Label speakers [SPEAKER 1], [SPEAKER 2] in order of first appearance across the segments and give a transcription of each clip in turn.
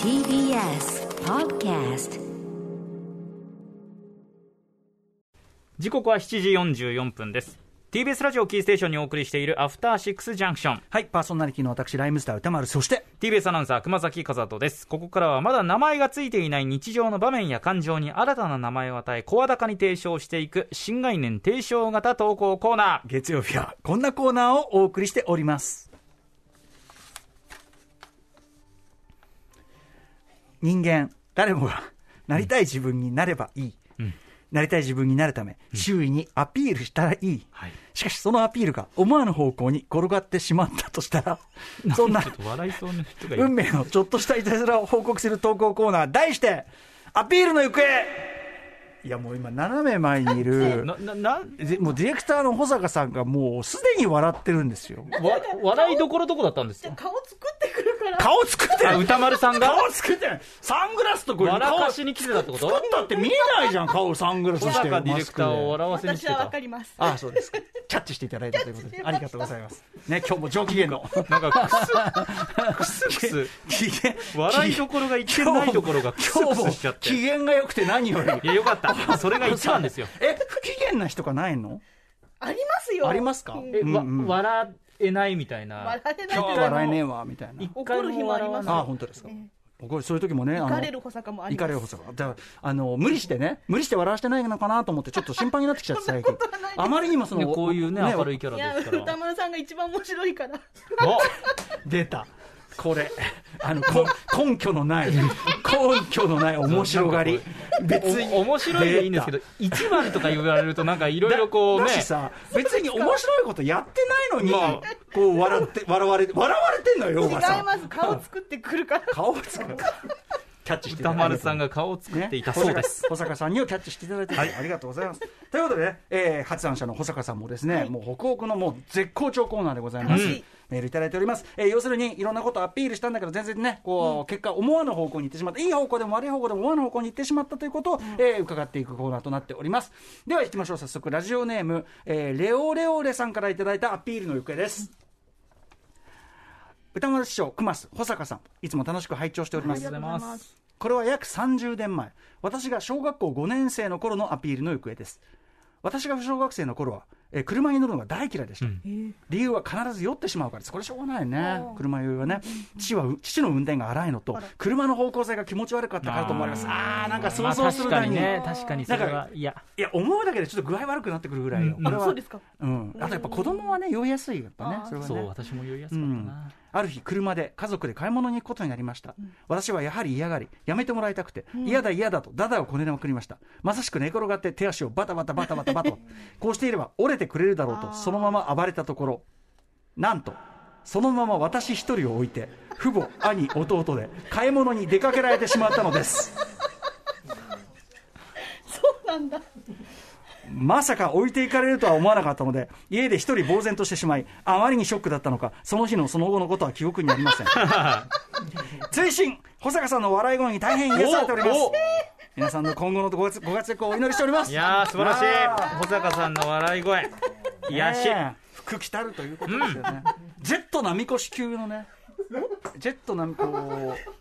[SPEAKER 1] TBS Podcast
[SPEAKER 2] 時刻は7時44分です TBS ラジオキーステーションにお送りしているアフターシックスジャンクション
[SPEAKER 3] はい、パーソナリティの私、ライムスター歌丸、そして、
[SPEAKER 2] TBS アナウンサー熊崎和人ですここからはまだ名前がついていない日常の場面や感情に新たな名前を与え声高に提唱していく新概念提唱型投稿コーナー
[SPEAKER 3] 月曜日はこんなコーナーをお送りしております。人間、誰もが、なりたい自分になればいい。なりたい自分になるため、周囲にアピールしたらいい。
[SPEAKER 2] はい
[SPEAKER 3] しかし、そのアピールが思わぬ方向に転がってしまったとしたら、そんな
[SPEAKER 2] ちょっと笑いそうな人がいる
[SPEAKER 3] 運命のちょっとしたいたずらを報告する投稿コーナー、題して、アピールの行方いや、もう今、斜め前にいる。
[SPEAKER 2] ななな
[SPEAKER 3] でもうディレクターの保坂さんがもうすでに笑ってるんですよ。
[SPEAKER 2] わ笑いどころどこだったんですよ
[SPEAKER 4] 顔作ってくるから
[SPEAKER 3] 顔作って
[SPEAKER 2] あ
[SPEAKER 3] る
[SPEAKER 2] 歌丸さんが
[SPEAKER 3] 顔作ってないサングラスとこれ
[SPEAKER 2] 笑
[SPEAKER 3] 顔
[SPEAKER 2] か
[SPEAKER 3] 作
[SPEAKER 2] しに来てたってこと
[SPEAKER 3] ったって見えないじゃん、顔サングラス
[SPEAKER 2] 小
[SPEAKER 3] して
[SPEAKER 2] 坂ディレクターを
[SPEAKER 3] マスクで
[SPEAKER 2] 笑わせに来
[SPEAKER 4] 私
[SPEAKER 2] て
[SPEAKER 4] はわ
[SPEAKER 2] た
[SPEAKER 4] かります
[SPEAKER 3] ああ、そうですか。キャッチしていただいたということ
[SPEAKER 4] キ
[SPEAKER 3] で
[SPEAKER 4] ャッチし。ま
[SPEAKER 3] あ
[SPEAKER 4] した
[SPEAKER 3] りがとうございます。ね、今日も上機嫌の。
[SPEAKER 2] なんかクスクスクス
[SPEAKER 3] 機嫌
[SPEAKER 2] 笑いどころがいってないところがクス
[SPEAKER 3] 今
[SPEAKER 2] ク
[SPEAKER 3] 日
[SPEAKER 2] ス
[SPEAKER 3] も
[SPEAKER 2] しちゃって
[SPEAKER 3] 機嫌が良くて何より。
[SPEAKER 2] いや、よかった。それが一番ですよ。
[SPEAKER 3] え、不機嫌な人がないの
[SPEAKER 4] ありますよ
[SPEAKER 3] ありますか
[SPEAKER 4] う ん
[SPEAKER 2] え、わ
[SPEAKER 3] うんうん
[SPEAKER 2] 笑えないみたいな
[SPEAKER 4] 笑。えない
[SPEAKER 3] 今日は来年はみたいな
[SPEAKER 2] 一。
[SPEAKER 4] 怒
[SPEAKER 2] 回も
[SPEAKER 4] る日もあります
[SPEAKER 3] ああ、
[SPEAKER 4] よ
[SPEAKER 3] 本当ですか。これそういう時もね、あ
[SPEAKER 4] 怒
[SPEAKER 3] の
[SPEAKER 4] れる保坂もあり
[SPEAKER 3] 行か
[SPEAKER 4] ます
[SPEAKER 3] れる細川だからあの無理してね無理して笑わしてないのかなと思ってちょっと心配になってきちゃって最近
[SPEAKER 4] そんなことはないです
[SPEAKER 3] あまりにもそ
[SPEAKER 2] ね
[SPEAKER 3] の
[SPEAKER 2] こういうね、明るいキャ
[SPEAKER 4] い
[SPEAKER 2] ラ
[SPEAKER 4] や
[SPEAKER 2] ですか
[SPEAKER 4] 歌
[SPEAKER 2] ら。
[SPEAKER 4] 丸さんが一番面白いから
[SPEAKER 2] お
[SPEAKER 3] 出たこれあのこ 根拠のない根拠のない面白がり別に
[SPEAKER 2] お面白いでいいんですけど
[SPEAKER 3] 出、
[SPEAKER 2] 一番とか言われると、なんかいろいろこう
[SPEAKER 3] だ
[SPEAKER 2] ね
[SPEAKER 3] だ、しさ別に面白いことやってないのに、
[SPEAKER 2] まあ
[SPEAKER 3] こう笑って笑われて笑われてんのよヨ
[SPEAKER 4] 違い
[SPEAKER 3] ガさん
[SPEAKER 4] ます顔作ってくるから
[SPEAKER 3] 顔を使うキャッチしていた
[SPEAKER 2] 歌
[SPEAKER 3] だいて
[SPEAKER 2] 丸さんが顔を作っていたそうです。
[SPEAKER 3] ね保坂保坂さんにはキャッチしていただいて、ありがとうございます。ということで、ねえー発案者の保坂さんもですね、もう北北のもう絶好調コーナーでございます。
[SPEAKER 4] 楽しい
[SPEAKER 3] メールいただいております、えー要するにいろんなことをアピールしたんだけど全然ねこう、結果思わぬ方向に行ってしまったいい方向でも悪い方向でも思わぬ方向に行ってしまったということを、えー伺っていくコーナーとなっておりますでは行きましょう早速ラジオネーム、えーレオレオレさんからいただいたアピールの行方です、歌丸師匠熊須保坂さんいつも楽しく拝聴しております
[SPEAKER 2] りがとうございます。
[SPEAKER 3] これは約30年前私が小学校5年生の頃のアピールの行方です私が小学生の頃は、えー車に乗るのが大嫌いでした、理由は必ず酔ってしまうからですこれしょうがないよね車酔いはね父は父の運転が荒いのと車の方向性が気持ち悪かったからと思われますあーなんか想像する
[SPEAKER 2] まあ
[SPEAKER 3] なりに,、
[SPEAKER 2] 確かにね、確かにそれ
[SPEAKER 3] なん
[SPEAKER 2] は、いや、
[SPEAKER 3] いや思うだけでちょっと具合悪くなってくるぐらいよ、これ
[SPEAKER 4] あ
[SPEAKER 3] は
[SPEAKER 4] そうですか
[SPEAKER 3] うん、あとやっぱ子供はね酔いやすいやっぱねそれはね
[SPEAKER 2] そう、私も酔いやすかったな。
[SPEAKER 3] ある日車で家族で買い物に行くことになりました、私はやはり嫌がりやめてもらいたくて、嫌だ嫌だとダダをこねまくりましたまさしく寝転がって手足をバタバタバタバタバタこうしていれば折れてくれるだろうとそのまま暴れたところなんとそのまま私一人を置いて父母兄弟で買い物に出かけられてしまったのです
[SPEAKER 4] そうなんだ
[SPEAKER 3] まさか置いていかれるとは思わなかったので、家で一人呆然としてしまい、あまりにショックだったのか、その日のその後のことは記憶にありま せん。追伸保坂さんの笑い声に大変癒されております
[SPEAKER 2] おお。
[SPEAKER 3] 皆さんの今後のご活ご活躍をお祈りしております。
[SPEAKER 2] いやー、素晴らし
[SPEAKER 3] まあ
[SPEAKER 2] い。保坂さんの笑い声。癒やし。
[SPEAKER 3] ねえ福来たるということですよね。ジェット波越級のね、ジェット波こう、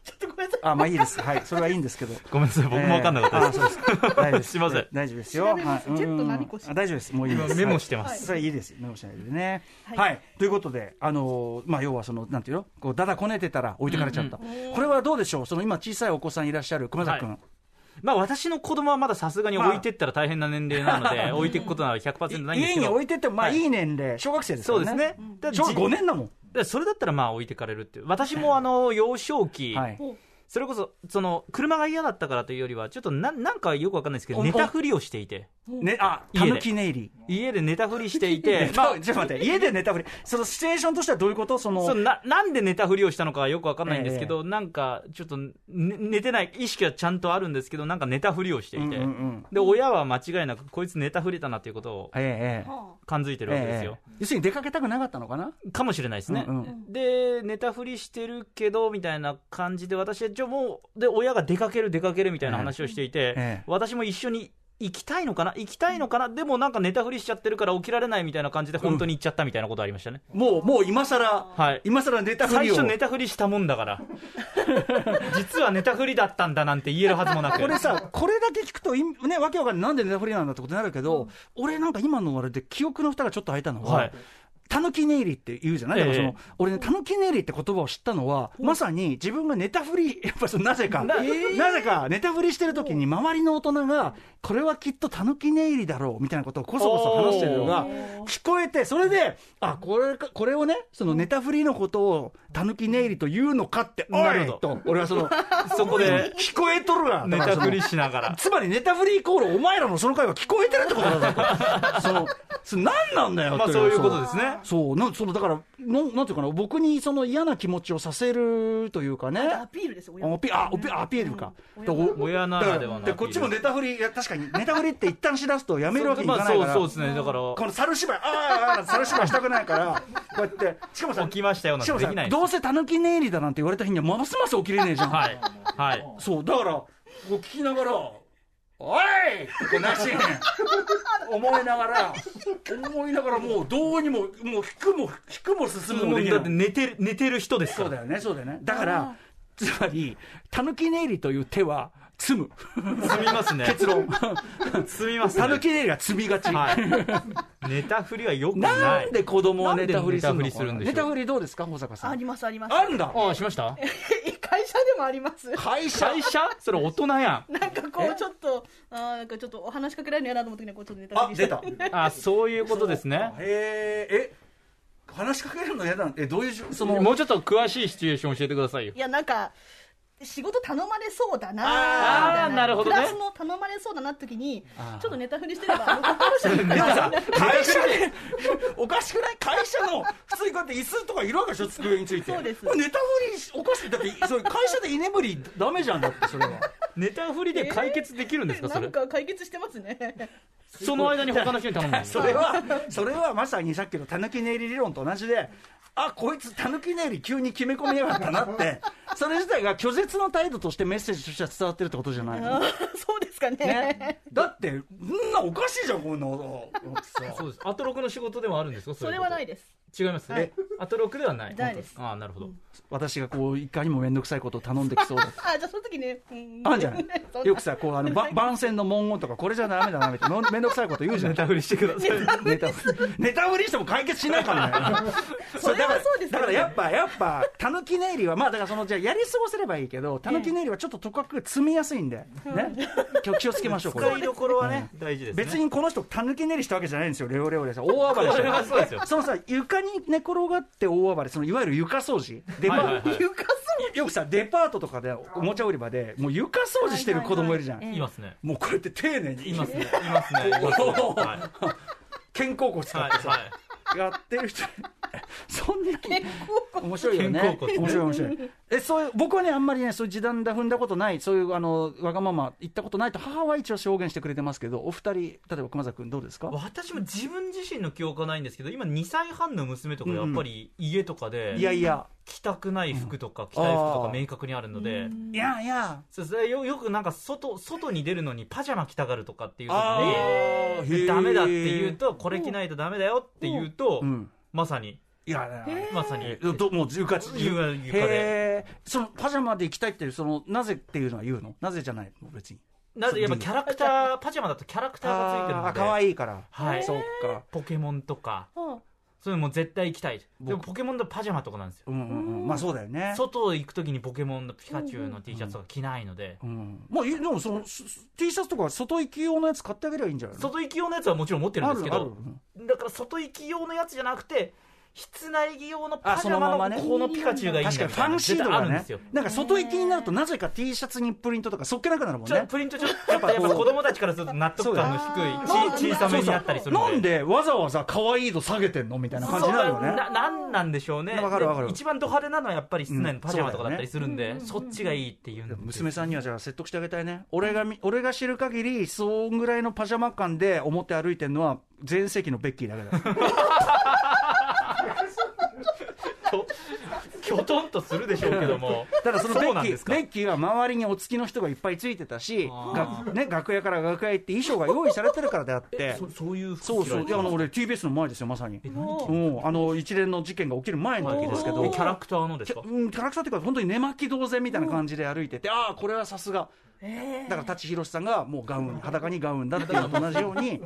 [SPEAKER 4] ちょっとごめんなさい
[SPEAKER 3] あ、まあいいです。はい、それはいいんですけど。
[SPEAKER 2] ごめんなさ い、僕も分かんなかったです。
[SPEAKER 3] えーあそうです大丈夫です
[SPEAKER 2] すいません
[SPEAKER 3] 大丈夫ですよ。
[SPEAKER 4] 調べます
[SPEAKER 3] はい
[SPEAKER 4] ジェット波
[SPEAKER 3] うんうん
[SPEAKER 4] 越
[SPEAKER 3] あ大丈夫です。もういいです。
[SPEAKER 2] 今メモしてます
[SPEAKER 3] はいそれいいです。メモしないでね。は。
[SPEAKER 4] はいい
[SPEAKER 3] ということで、あのーまあ、要はその、なんていうのこう、だだこねてたら置いてかれちゃった。これはどうでしょうその今小さいお子さんいらっしゃる熊崎君。
[SPEAKER 2] はまあ私の子供はまださすがに置いてったら大変な年齢なので、置いていくことなら100%ないんです
[SPEAKER 3] 家
[SPEAKER 2] けど。
[SPEAKER 3] に置いてっても、まあ、
[SPEAKER 2] はい
[SPEAKER 3] いい年齢、小学生ですか
[SPEAKER 2] そ
[SPEAKER 3] ら
[SPEAKER 2] う
[SPEAKER 3] ね。
[SPEAKER 2] ですね。だから
[SPEAKER 3] 小学
[SPEAKER 2] じ
[SPEAKER 3] 5年だもん。
[SPEAKER 2] でそれだったらまあ置いてかれるっていう私もあの幼少期、
[SPEAKER 3] はい。
[SPEAKER 4] お
[SPEAKER 2] それこそその車が嫌だったからというよりはちょっとななんかよくわかんないですけど寝たふりをしていて
[SPEAKER 3] ね、あ、
[SPEAKER 2] 家
[SPEAKER 3] た
[SPEAKER 2] で
[SPEAKER 3] ぬき寝入り。
[SPEAKER 2] 家で寝たふりして いて
[SPEAKER 3] ま
[SPEAKER 2] まあ
[SPEAKER 3] あ、ちょっと待って、家で寝たふり。そのシチュエーションとしてはどういうことその、
[SPEAKER 2] そうななんで寝たふりをしたのかはよくわかんないんですけど、なんかちょっと、ね寝てない意識はちゃんとあるんですけどなんか寝たふりをしていて、
[SPEAKER 3] うんうんうん
[SPEAKER 2] で親は間違いなくこいつ寝たふりだなということを
[SPEAKER 3] ええええ
[SPEAKER 4] は
[SPEAKER 2] 感づいてるわけですよ
[SPEAKER 3] え、え要するに出かけたくなかったのかな
[SPEAKER 2] かもしれないですね、
[SPEAKER 3] うんうん
[SPEAKER 2] で寝たふりしてるけどみたいな感じで私はじゃあもうで親が出かける出かけるみたいな話をしていて、
[SPEAKER 3] ええ
[SPEAKER 2] 私も一緒に行きたいのかな行きたいのかなでもなんか寝たふりしちゃってるから起きられないみたいな感じで本当に行っちゃったみたいなことありましたね、
[SPEAKER 3] もうもう今更、
[SPEAKER 2] はい
[SPEAKER 3] 今更ネタ振
[SPEAKER 2] 最
[SPEAKER 3] りを
[SPEAKER 2] 初寝たふりしたもんだから実は寝たふりだったんだなんて言えるはずもなく
[SPEAKER 3] これさ、これだけ聞くと、いね、わけわかんない、なんでネタフリなんだってことになるけど、俺なんか今のあれで記憶の蓋がちょっと開いたのは、
[SPEAKER 2] はい
[SPEAKER 3] たぬき寝入りって言うじゃない、だからその
[SPEAKER 2] ええ
[SPEAKER 3] 俺ね、たぬき寝入りって言葉を知ったのは、まさに自分がネタフリ、 やっぱそのなぜか、
[SPEAKER 2] な
[SPEAKER 3] なぜかネタフリしてる時に、周りの大人が、これはきっとたぬき寝入りだろうみたいなことをこそこそ話してるのが聞こえて、それで、あこれかこれをね、そのネタフリのことをたぬき寝入りというのかって、お
[SPEAKER 2] なる
[SPEAKER 3] い
[SPEAKER 2] ほ
[SPEAKER 3] と、俺はその、
[SPEAKER 2] そこで
[SPEAKER 3] 聞こえとるな、
[SPEAKER 2] 寝たふりしながら
[SPEAKER 3] つまりネタフリーイコールお前らのその会話聞こえてるってことだ ぞそのその何なんだよ
[SPEAKER 2] まあ
[SPEAKER 3] て
[SPEAKER 2] そういうことですね
[SPEAKER 3] そうなそのだからなんなんていうかな僕にその嫌な気持ちをさせるというかね
[SPEAKER 4] アピールですよ、親
[SPEAKER 3] あ
[SPEAKER 4] も
[SPEAKER 3] ピあオピアピールか、
[SPEAKER 4] うん
[SPEAKER 3] でお
[SPEAKER 2] 親な
[SPEAKER 3] だから
[SPEAKER 2] らではのアピール
[SPEAKER 3] でこっちもネタフリーいや確かにネタフリーって一旦しだすとやめるわけにいか
[SPEAKER 2] まあ
[SPEAKER 3] ない
[SPEAKER 2] そ
[SPEAKER 3] か
[SPEAKER 2] う
[SPEAKER 3] ら
[SPEAKER 2] そうですねだから
[SPEAKER 3] この猿芝居あーあーあー猿芝居したくないからこうやってしかもさ
[SPEAKER 2] 起きましたよなん
[SPEAKER 3] しか
[SPEAKER 2] て
[SPEAKER 3] も
[SPEAKER 2] で
[SPEAKER 3] さ
[SPEAKER 2] きないです
[SPEAKER 3] どうせたぬき寝入りだなんて言われた日にはますます起きれねえじゃん
[SPEAKER 2] はいはい
[SPEAKER 3] そう、だから、こう聞きながら、おいってこうなしねん。思いながら、思いながら、もうどうにも、もう引くも、引くも進むもでき
[SPEAKER 2] だって
[SPEAKER 3] ない。
[SPEAKER 2] 寝てる寝てる人ですか
[SPEAKER 3] そう
[SPEAKER 2] ら
[SPEAKER 3] だよね、そうだよね。だから、つまり、たぬき寝入りという手は、積む。
[SPEAKER 2] 積みますね
[SPEAKER 3] 結論。
[SPEAKER 2] 積みます
[SPEAKER 3] たぬ
[SPEAKER 2] ね
[SPEAKER 3] き寝入りが積みがち。
[SPEAKER 2] はい寝たふりはよくない
[SPEAKER 3] なんで子供をネタフリする
[SPEAKER 2] なん
[SPEAKER 3] の
[SPEAKER 2] でネタフリするんでしょ
[SPEAKER 3] ネ
[SPEAKER 2] う
[SPEAKER 3] タフリどうですか、保坂さん。
[SPEAKER 4] ありますあります
[SPEAKER 3] あるんだ
[SPEAKER 2] ああしました
[SPEAKER 4] え会社でもあります
[SPEAKER 3] 会社
[SPEAKER 2] 会社それ大人や
[SPEAKER 4] なんかこうちょっとあーなんかちょっとお話しかけられるの嫌だと思った時にこうちょっとネタ
[SPEAKER 3] あ
[SPEAKER 4] に、して
[SPEAKER 3] 出た。
[SPEAKER 2] んあそういうことですね
[SPEAKER 3] へえ、え、話しかけるの嫌だなえ、どういうじ、その、
[SPEAKER 2] もうちょっと詳しいシチュエーション教えてくださいよ
[SPEAKER 4] いやなんか仕事頼まれそうだな
[SPEAKER 2] あー
[SPEAKER 4] みたい
[SPEAKER 2] なるほどね
[SPEAKER 4] クラスの頼まれそうだなって時に
[SPEAKER 3] あー
[SPEAKER 4] ちょっとネタ振りしてれば他の 人に
[SPEAKER 3] でもさ、会社で、おかしくない会社の、普通にこうやって椅子とかいるわけでしょ、机について。
[SPEAKER 4] そうです
[SPEAKER 3] これネタ振り、おかしい。だって、そういう会社で居眠り、ダメじゃんだって、それは。
[SPEAKER 2] ネタフリで解決できるんですか
[SPEAKER 4] な
[SPEAKER 2] それ
[SPEAKER 4] んか解決してますね
[SPEAKER 2] その間に他の人に頼むの
[SPEAKER 3] それは、それはまさにさっきのたぬき寝入り理論と同じで、あ、こいつたぬき寝入り急に決め込みやがったなって、それ自体が拒絶の態度としてメッセージとしては伝わってるってことじゃない
[SPEAKER 4] あ
[SPEAKER 3] の
[SPEAKER 4] ーそうですかね
[SPEAKER 3] だって、そんなおかしいじゃん、こんなこと。
[SPEAKER 2] そうですアトロクの仕事でもあるんですか
[SPEAKER 4] それはないいです
[SPEAKER 2] 違います
[SPEAKER 4] は
[SPEAKER 2] ね
[SPEAKER 4] い
[SPEAKER 2] アトロクではない
[SPEAKER 4] ないです
[SPEAKER 2] ああなるほど
[SPEAKER 3] 私がこう、いかにも面倒くさいことを頼んできそうだ
[SPEAKER 4] あじゃあその時ね、うん
[SPEAKER 3] あんじ ゃない
[SPEAKER 4] そん
[SPEAKER 3] よくさこうあのば番宣の文言とかこれじゃダメだなみたいなめんどくさいこと言うじゃん
[SPEAKER 2] ネタフリしてください
[SPEAKER 3] ネタネタ売りしても解決しないからね
[SPEAKER 4] それはそうです
[SPEAKER 3] だからだ
[SPEAKER 4] よね
[SPEAKER 3] からやっぱやっぱたぬき寝入りはまあだからそのじゃあやり過ごせればいいけどたぬき寝入りはちょっととかく積みやすいんでね気を気をつけましょうこれ
[SPEAKER 2] 使いどころはね大事ですね
[SPEAKER 3] 別にこの人たぬき練りしたわけじゃないんですよレオレオでさ大暴れし
[SPEAKER 2] これは
[SPEAKER 3] て
[SPEAKER 2] そうですよ
[SPEAKER 3] そのさ床に寝転がって大暴れそのいわゆる床掃除デパート、
[SPEAKER 2] はいはいはい
[SPEAKER 4] 床掃
[SPEAKER 3] よくさデパートとかでおもちゃ売り場でもう床掃除してる子供いるじゃん、
[SPEAKER 4] はいはい
[SPEAKER 2] いますね
[SPEAKER 3] もうこうやって丁寧に
[SPEAKER 2] いますねい ますねいますねはい
[SPEAKER 3] 肩甲骨使
[SPEAKER 2] は
[SPEAKER 3] っ
[SPEAKER 2] い
[SPEAKER 3] てさ、
[SPEAKER 2] はい
[SPEAKER 3] やってる人 そんなに面白い
[SPEAKER 2] 肩
[SPEAKER 3] よね
[SPEAKER 2] 甲骨ね
[SPEAKER 3] 面白い面白いえそういう僕はねあんまりねそういう時短だ踏んだことないそういうあのわがまま言ったことないと母は一応証言してくれてますけどお二人例えば熊崎君どうですか
[SPEAKER 2] 私も自分自身の記憶はないんですけど今2歳半の娘とかやっぱり家とかで
[SPEAKER 3] いやいや
[SPEAKER 2] 着たくない服とか着たい服とか明確にあるので
[SPEAKER 3] いやいや
[SPEAKER 2] そうですねよよくなんか外外に出るのにパジャマ着たがるとかっていう時
[SPEAKER 3] あーへ
[SPEAKER 2] に
[SPEAKER 3] ー
[SPEAKER 2] でダメだって言うとこれ着ないとダメだよって言うと、
[SPEAKER 3] うん
[SPEAKER 2] まさに
[SPEAKER 3] いやね
[SPEAKER 2] まさに
[SPEAKER 3] どもう床地
[SPEAKER 2] 床床で
[SPEAKER 3] へえそのパジャマで行きたいっていうそのなぜっていうのは言うのなぜじゃないの別に
[SPEAKER 2] なぜやっぱキャラクターパジャマだとキャラクターがついてるの
[SPEAKER 3] あ
[SPEAKER 2] で
[SPEAKER 3] ー可愛いから
[SPEAKER 2] はい
[SPEAKER 3] そうか
[SPEAKER 2] ポケモンとか
[SPEAKER 4] 除
[SPEAKER 2] そういうのも絶対行きたい
[SPEAKER 3] 僕
[SPEAKER 2] でもポケモンだとパジャマとかなんですよ
[SPEAKER 3] うんうんうんまあそうだよね
[SPEAKER 2] 外行く時にポケモンのピカチュウの T シャツとか着ないので、
[SPEAKER 3] うん、まあいいでもそのすす T シャツとか外行き用のやつ買ってあげればいいんじゃないの
[SPEAKER 2] 外行き用のやつはもちろん持ってるんですけ
[SPEAKER 3] ある
[SPEAKER 2] どだから外行き用のやつじゃなくて室内着用のパジャ
[SPEAKER 3] あそのま
[SPEAKER 2] マ
[SPEAKER 3] まね
[SPEAKER 2] のこのピカチュウが
[SPEAKER 3] あ
[SPEAKER 2] い
[SPEAKER 3] る
[SPEAKER 2] いんだ
[SPEAKER 3] 確か
[SPEAKER 2] みたい
[SPEAKER 3] にファ
[SPEAKER 2] な
[SPEAKER 3] ンシー
[SPEAKER 2] 絶
[SPEAKER 3] ド
[SPEAKER 2] 対ある
[SPEAKER 3] が
[SPEAKER 2] んで
[SPEAKER 3] ね
[SPEAKER 2] すよ
[SPEAKER 3] なんか外行きになるとなぜか T シャツにプリントとかそっけなくなるもん
[SPEAKER 2] ちょっ
[SPEAKER 3] ね
[SPEAKER 2] とプリントちょっとやっぱ子供たちからすると納得感の
[SPEAKER 4] そう
[SPEAKER 2] 低
[SPEAKER 4] だ
[SPEAKER 2] いち小さめになったりするの
[SPEAKER 3] なんでわざわざ可愛いの下げてんのみたいな感じになるよ
[SPEAKER 2] そう
[SPEAKER 3] ね
[SPEAKER 2] ななんなんでしょうね
[SPEAKER 3] わかるわかる
[SPEAKER 2] で一番ド派手なのはやっぱり室内のパジャマとかだったりするんで、
[SPEAKER 4] うん
[SPEAKER 2] そっちがいいっていうんで
[SPEAKER 3] 娘さんにはじゃあ説得してあげたいね俺がみ俺が知る限りそんぐらいのパジャマ感で表歩いてるのは全盛期のベッキーだけだ
[SPEAKER 2] 強きょとんとするでしょうけども
[SPEAKER 3] ただそのベ
[SPEAKER 2] そう
[SPEAKER 3] ッ
[SPEAKER 2] なん
[SPEAKER 3] キ
[SPEAKER 2] です
[SPEAKER 3] ー
[SPEAKER 2] か
[SPEAKER 3] ベッキーは周りにお付きの人がいっぱいついてたし
[SPEAKER 2] あ、
[SPEAKER 3] がね、楽屋から楽屋行って衣装が用意されてるからであって、
[SPEAKER 2] そそういう服
[SPEAKER 3] そうそう、
[SPEAKER 2] 着
[SPEAKER 3] いや
[SPEAKER 2] ら
[SPEAKER 3] あ
[SPEAKER 2] れて
[SPEAKER 3] の俺、TBS の前ですよ、まさに。
[SPEAKER 4] も
[SPEAKER 3] う、
[SPEAKER 4] うん
[SPEAKER 3] あの一連の事件が起きる前の時ですけ
[SPEAKER 2] え
[SPEAKER 3] ど、
[SPEAKER 2] キャラクターのですか
[SPEAKER 3] うん、キャラクターっていうか、本当に寝巻き同然みたいな感じで歩いてて、ああ、これはさすが、
[SPEAKER 4] え
[SPEAKER 3] だから舘ひろしさんがもうガウン、裸にガウンだっていうのと同じように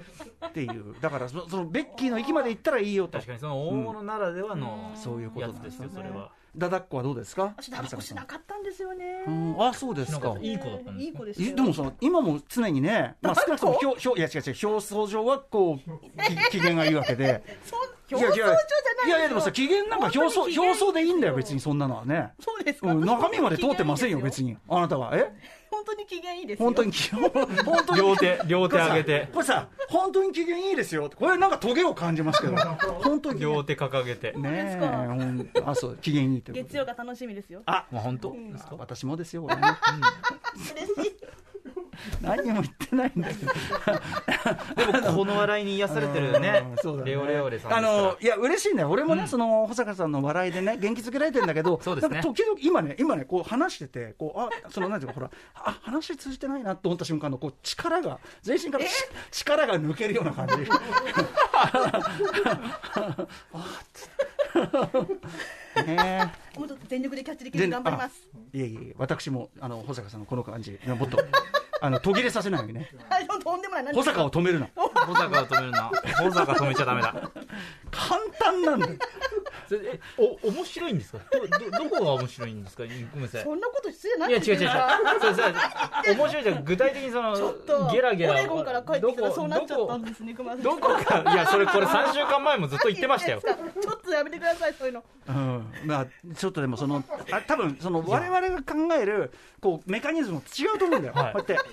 [SPEAKER 3] っていう、だからそそのベッキーの域まで行ったらいいよと
[SPEAKER 2] 確、かにその大物ならではの
[SPEAKER 3] そういうこと
[SPEAKER 2] や
[SPEAKER 3] な
[SPEAKER 2] つ
[SPEAKER 3] ん
[SPEAKER 2] で
[SPEAKER 3] ですす
[SPEAKER 2] よ
[SPEAKER 3] よ
[SPEAKER 2] それは
[SPEAKER 3] ダダっ子はどうですか
[SPEAKER 4] 私だっこしなかったんですよね
[SPEAKER 3] う。ん、あそうです
[SPEAKER 2] なん
[SPEAKER 3] か
[SPEAKER 2] か。いい子だったんですね
[SPEAKER 4] いい子です
[SPEAKER 3] え
[SPEAKER 4] よ。
[SPEAKER 3] でもさ、今も常にね、まあ、少なくとも表表いや違う違う表層上はこうき機嫌 がいいわけで
[SPEAKER 4] そう
[SPEAKER 3] い
[SPEAKER 4] 表
[SPEAKER 3] や
[SPEAKER 4] 層
[SPEAKER 3] いや
[SPEAKER 4] じゃない
[SPEAKER 3] いやいやでもさ機嫌なんか表層
[SPEAKER 4] 本当に機嫌
[SPEAKER 3] 表層でいいんだよ別にそんなのはね、
[SPEAKER 4] そうですか。
[SPEAKER 3] うん、
[SPEAKER 4] 私
[SPEAKER 3] 中身まで通ってませんよ別
[SPEAKER 4] に。
[SPEAKER 3] にあなたはえ
[SPEAKER 4] 本当に機嫌いいですよ。
[SPEAKER 3] 本当に機嫌本当に
[SPEAKER 2] 両手両手上げて
[SPEAKER 3] これさ本当に機嫌いいですよってこれなんかトゲを感じますけど本当に
[SPEAKER 2] 両手掲げて
[SPEAKER 3] ねえ
[SPEAKER 4] そう
[SPEAKER 3] ほんあそう機嫌いいということ
[SPEAKER 4] 月曜が楽しみですよ。
[SPEAKER 3] あ
[SPEAKER 2] まあ本当ですか
[SPEAKER 3] 私もですよ俺ね何にも言ってないんだけど
[SPEAKER 2] でも この笑いに癒されてるね
[SPEAKER 3] うんそうだね
[SPEAKER 2] レオレオレさん
[SPEAKER 3] あ
[SPEAKER 2] ですから
[SPEAKER 3] のいや嬉しいんだよ俺もね、
[SPEAKER 2] うん
[SPEAKER 3] その保坂さんの笑いでね元気づけられてんだけど
[SPEAKER 2] そうですね
[SPEAKER 3] なんか時々今ね今ねこう話しててこうあそのなんていうかほらあ話通じてないなと思った瞬間のこう力が全身からし力が抜けるよう な感じ あっつってねえ
[SPEAKER 4] もうちょっと全力でキャッチできるように頑張ります。
[SPEAKER 3] いえいえ私もあの保坂さんのこの感じもっとあの途切れさせないようにね
[SPEAKER 4] はい、ちょっととんでもない。何
[SPEAKER 3] 保坂を止めるな
[SPEAKER 2] 保坂を止めるな保坂止めちゃダメだ
[SPEAKER 3] 簡単なんだよ
[SPEAKER 2] それえお面白いんですかどどどこが面白いんですかごめんなさい
[SPEAKER 4] そんなこと失礼ない
[SPEAKER 2] や違う違う違う。そうそう。面白いじゃん。具体的にその
[SPEAKER 4] ちょっと
[SPEAKER 2] ゲラゲラ。
[SPEAKER 4] オレゴンから帰ってきたらそうなっちゃったん
[SPEAKER 2] どこ
[SPEAKER 4] ですね、熊さん。
[SPEAKER 2] どこどこか。いやそれこれ三週間前もずっと言ってましたよ
[SPEAKER 4] い。いですかちょっとやめてください、そういうの。
[SPEAKER 3] うん、まあちょっとでも そのあ多分その我々が考えるこうメカニズムと違うと思うんだよ、
[SPEAKER 2] はい
[SPEAKER 3] こうやって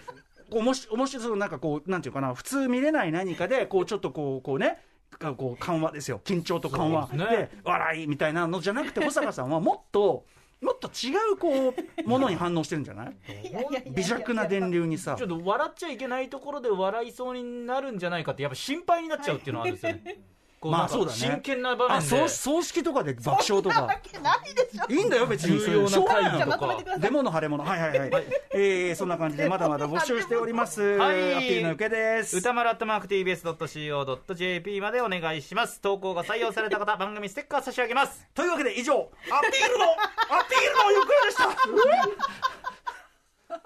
[SPEAKER 3] こうもし面白そうなんかこうなんていうかな普通見れない何かでこうちょっとこうこうねかこう緩和ですよ緊張と緩和
[SPEAKER 2] そう
[SPEAKER 3] で,、
[SPEAKER 2] ですね
[SPEAKER 3] 笑いみたいなのじゃなくて保坂さんはもっともっと違うこうものに反応してるんじゃない
[SPEAKER 4] いやいやいやいや
[SPEAKER 3] 微弱な電流にさ
[SPEAKER 2] ちょっと笑っちゃいけないところで笑いそうになるんじゃないかってやっぱ心配になっちゃうっていうのはあるんですよ ね。こ
[SPEAKER 3] ま
[SPEAKER 2] な
[SPEAKER 3] あ
[SPEAKER 2] んか
[SPEAKER 3] そうだね
[SPEAKER 2] 真剣な場面
[SPEAKER 3] あ
[SPEAKER 2] で
[SPEAKER 3] そう葬式とかで爆 笑と
[SPEAKER 4] わ
[SPEAKER 3] か
[SPEAKER 4] けないでしょ。
[SPEAKER 3] いいんだよ別に
[SPEAKER 2] 重要
[SPEAKER 3] し
[SPEAKER 2] な
[SPEAKER 3] ょうがない
[SPEAKER 2] 会議
[SPEAKER 3] の
[SPEAKER 4] じゃ
[SPEAKER 2] と
[SPEAKER 4] あまとめ
[SPEAKER 2] か
[SPEAKER 4] てく。ださ
[SPEAKER 3] デ
[SPEAKER 4] い。
[SPEAKER 3] モの晴れ物、はいはいはい、 えー、そんな感じで、まだまだ募集しております、
[SPEAKER 2] はい
[SPEAKER 3] アピールの受けです。
[SPEAKER 2] 歌丸アットマーク TBS.CO.JP までお願いします投稿が採用された方番組ステッカー差し上げます
[SPEAKER 3] というわけで、以上、アピールの、アピールの行方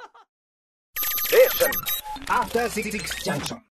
[SPEAKER 3] でした。
[SPEAKER 5] After Six Junction.